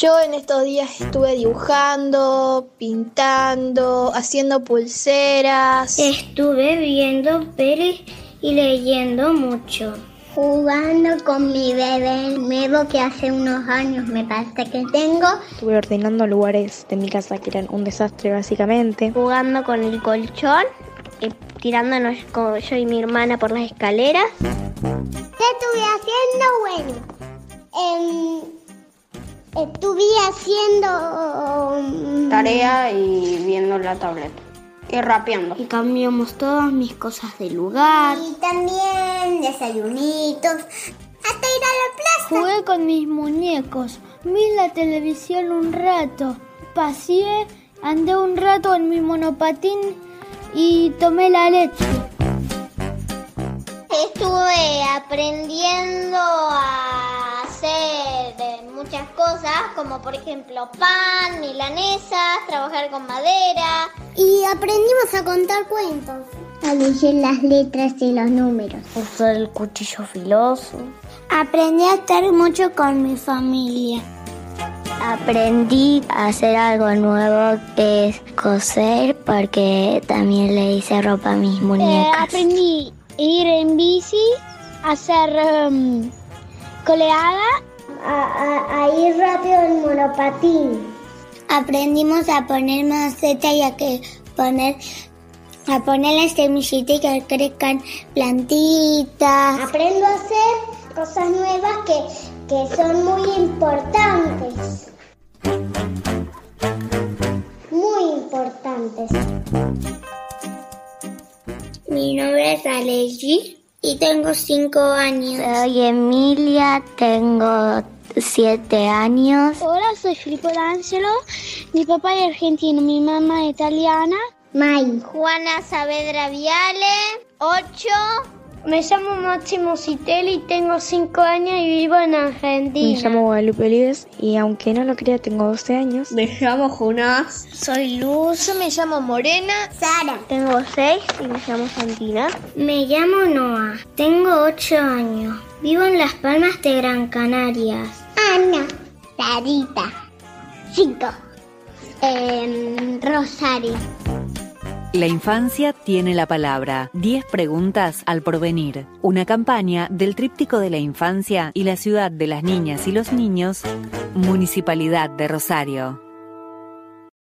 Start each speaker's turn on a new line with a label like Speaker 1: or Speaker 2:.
Speaker 1: Yo en estos días estuve dibujando, pintando, haciendo pulseras.
Speaker 2: Estuve viendo pelis y leyendo mucho.
Speaker 3: Jugando con mi bebé nuevo que hace unos años me parece que tengo.
Speaker 4: Estuve ordenando lugares de mi casa que eran un desastre básicamente.
Speaker 5: Jugando con el colchón, eh, tirándonos con yo y mi hermana por las escaleras. ¿Qué
Speaker 3: estuve haciendo? Bueno, em, Estuve haciendo mm,
Speaker 6: um, tarea y viendo la tableta y rapeando.
Speaker 7: Y cambiamos todas mis cosas de lugar.
Speaker 3: Y también desayunitos. Hasta ir a la plaza.
Speaker 8: Jugué con mis muñecos. Vi la televisión un rato. Paseé, andé un rato en mi monopatín y tomé la leche.
Speaker 3: Estuve aprendiendo a hacer eh, muchas cosas, como por ejemplo pan, milanesas, trabajar con madera.
Speaker 9: Y aprendimos a contar cuentos.
Speaker 3: A leer las letras y los números.
Speaker 10: Usar el cuchillo filoso.
Speaker 11: Aprendí a estar mucho con mi familia.
Speaker 12: Aprendí a hacer algo nuevo que es coser porque también le hice ropa a mis muñecas.
Speaker 13: Eh, aprendí a ir en bici, a hacer um, coleada
Speaker 3: a, a, a, ir rápido en monopatín.
Speaker 9: Aprendimos a poner maceta y a que poner a poner las semillitas y que crezcan plantitas.
Speaker 3: Aprendo a hacer cosas nuevas que, que son muy importantes. Muy importantes.
Speaker 14: Mi nombre es Alegi y tengo cinco años.
Speaker 12: Soy Emilia, tengo siete años.
Speaker 13: Hola, soy Filippo D'Angelo. Mi papá es argentino, mi mamá es italiana.
Speaker 3: May.
Speaker 15: Juana Saavedra Viale, ocho.
Speaker 16: Me llamo Máximo Citelli, tengo cinco años y vivo en Argentina.
Speaker 4: Me llamo Guadalupe Olives y aunque no lo crea tengo 12 años.
Speaker 17: Me llamo Jonás.
Speaker 18: Soy Luz.
Speaker 19: Yo me llamo Morena.
Speaker 20: Sara.
Speaker 14: Tengo seis y me llamo Santina.
Speaker 2: Me llamo Noah. Tengo ocho años. Vivo en Las Palmas de Gran Canarias.
Speaker 3: Ana. Sarita. Cinco.
Speaker 2: Em,
Speaker 3: Eh, Rosario.
Speaker 2: La infancia tiene la palabra. 10 preguntas al porvenir. Una campaña del Tríptico de la Infancia y la Ciudad de las Niñas y los Niños, Municipalidad de Rosario.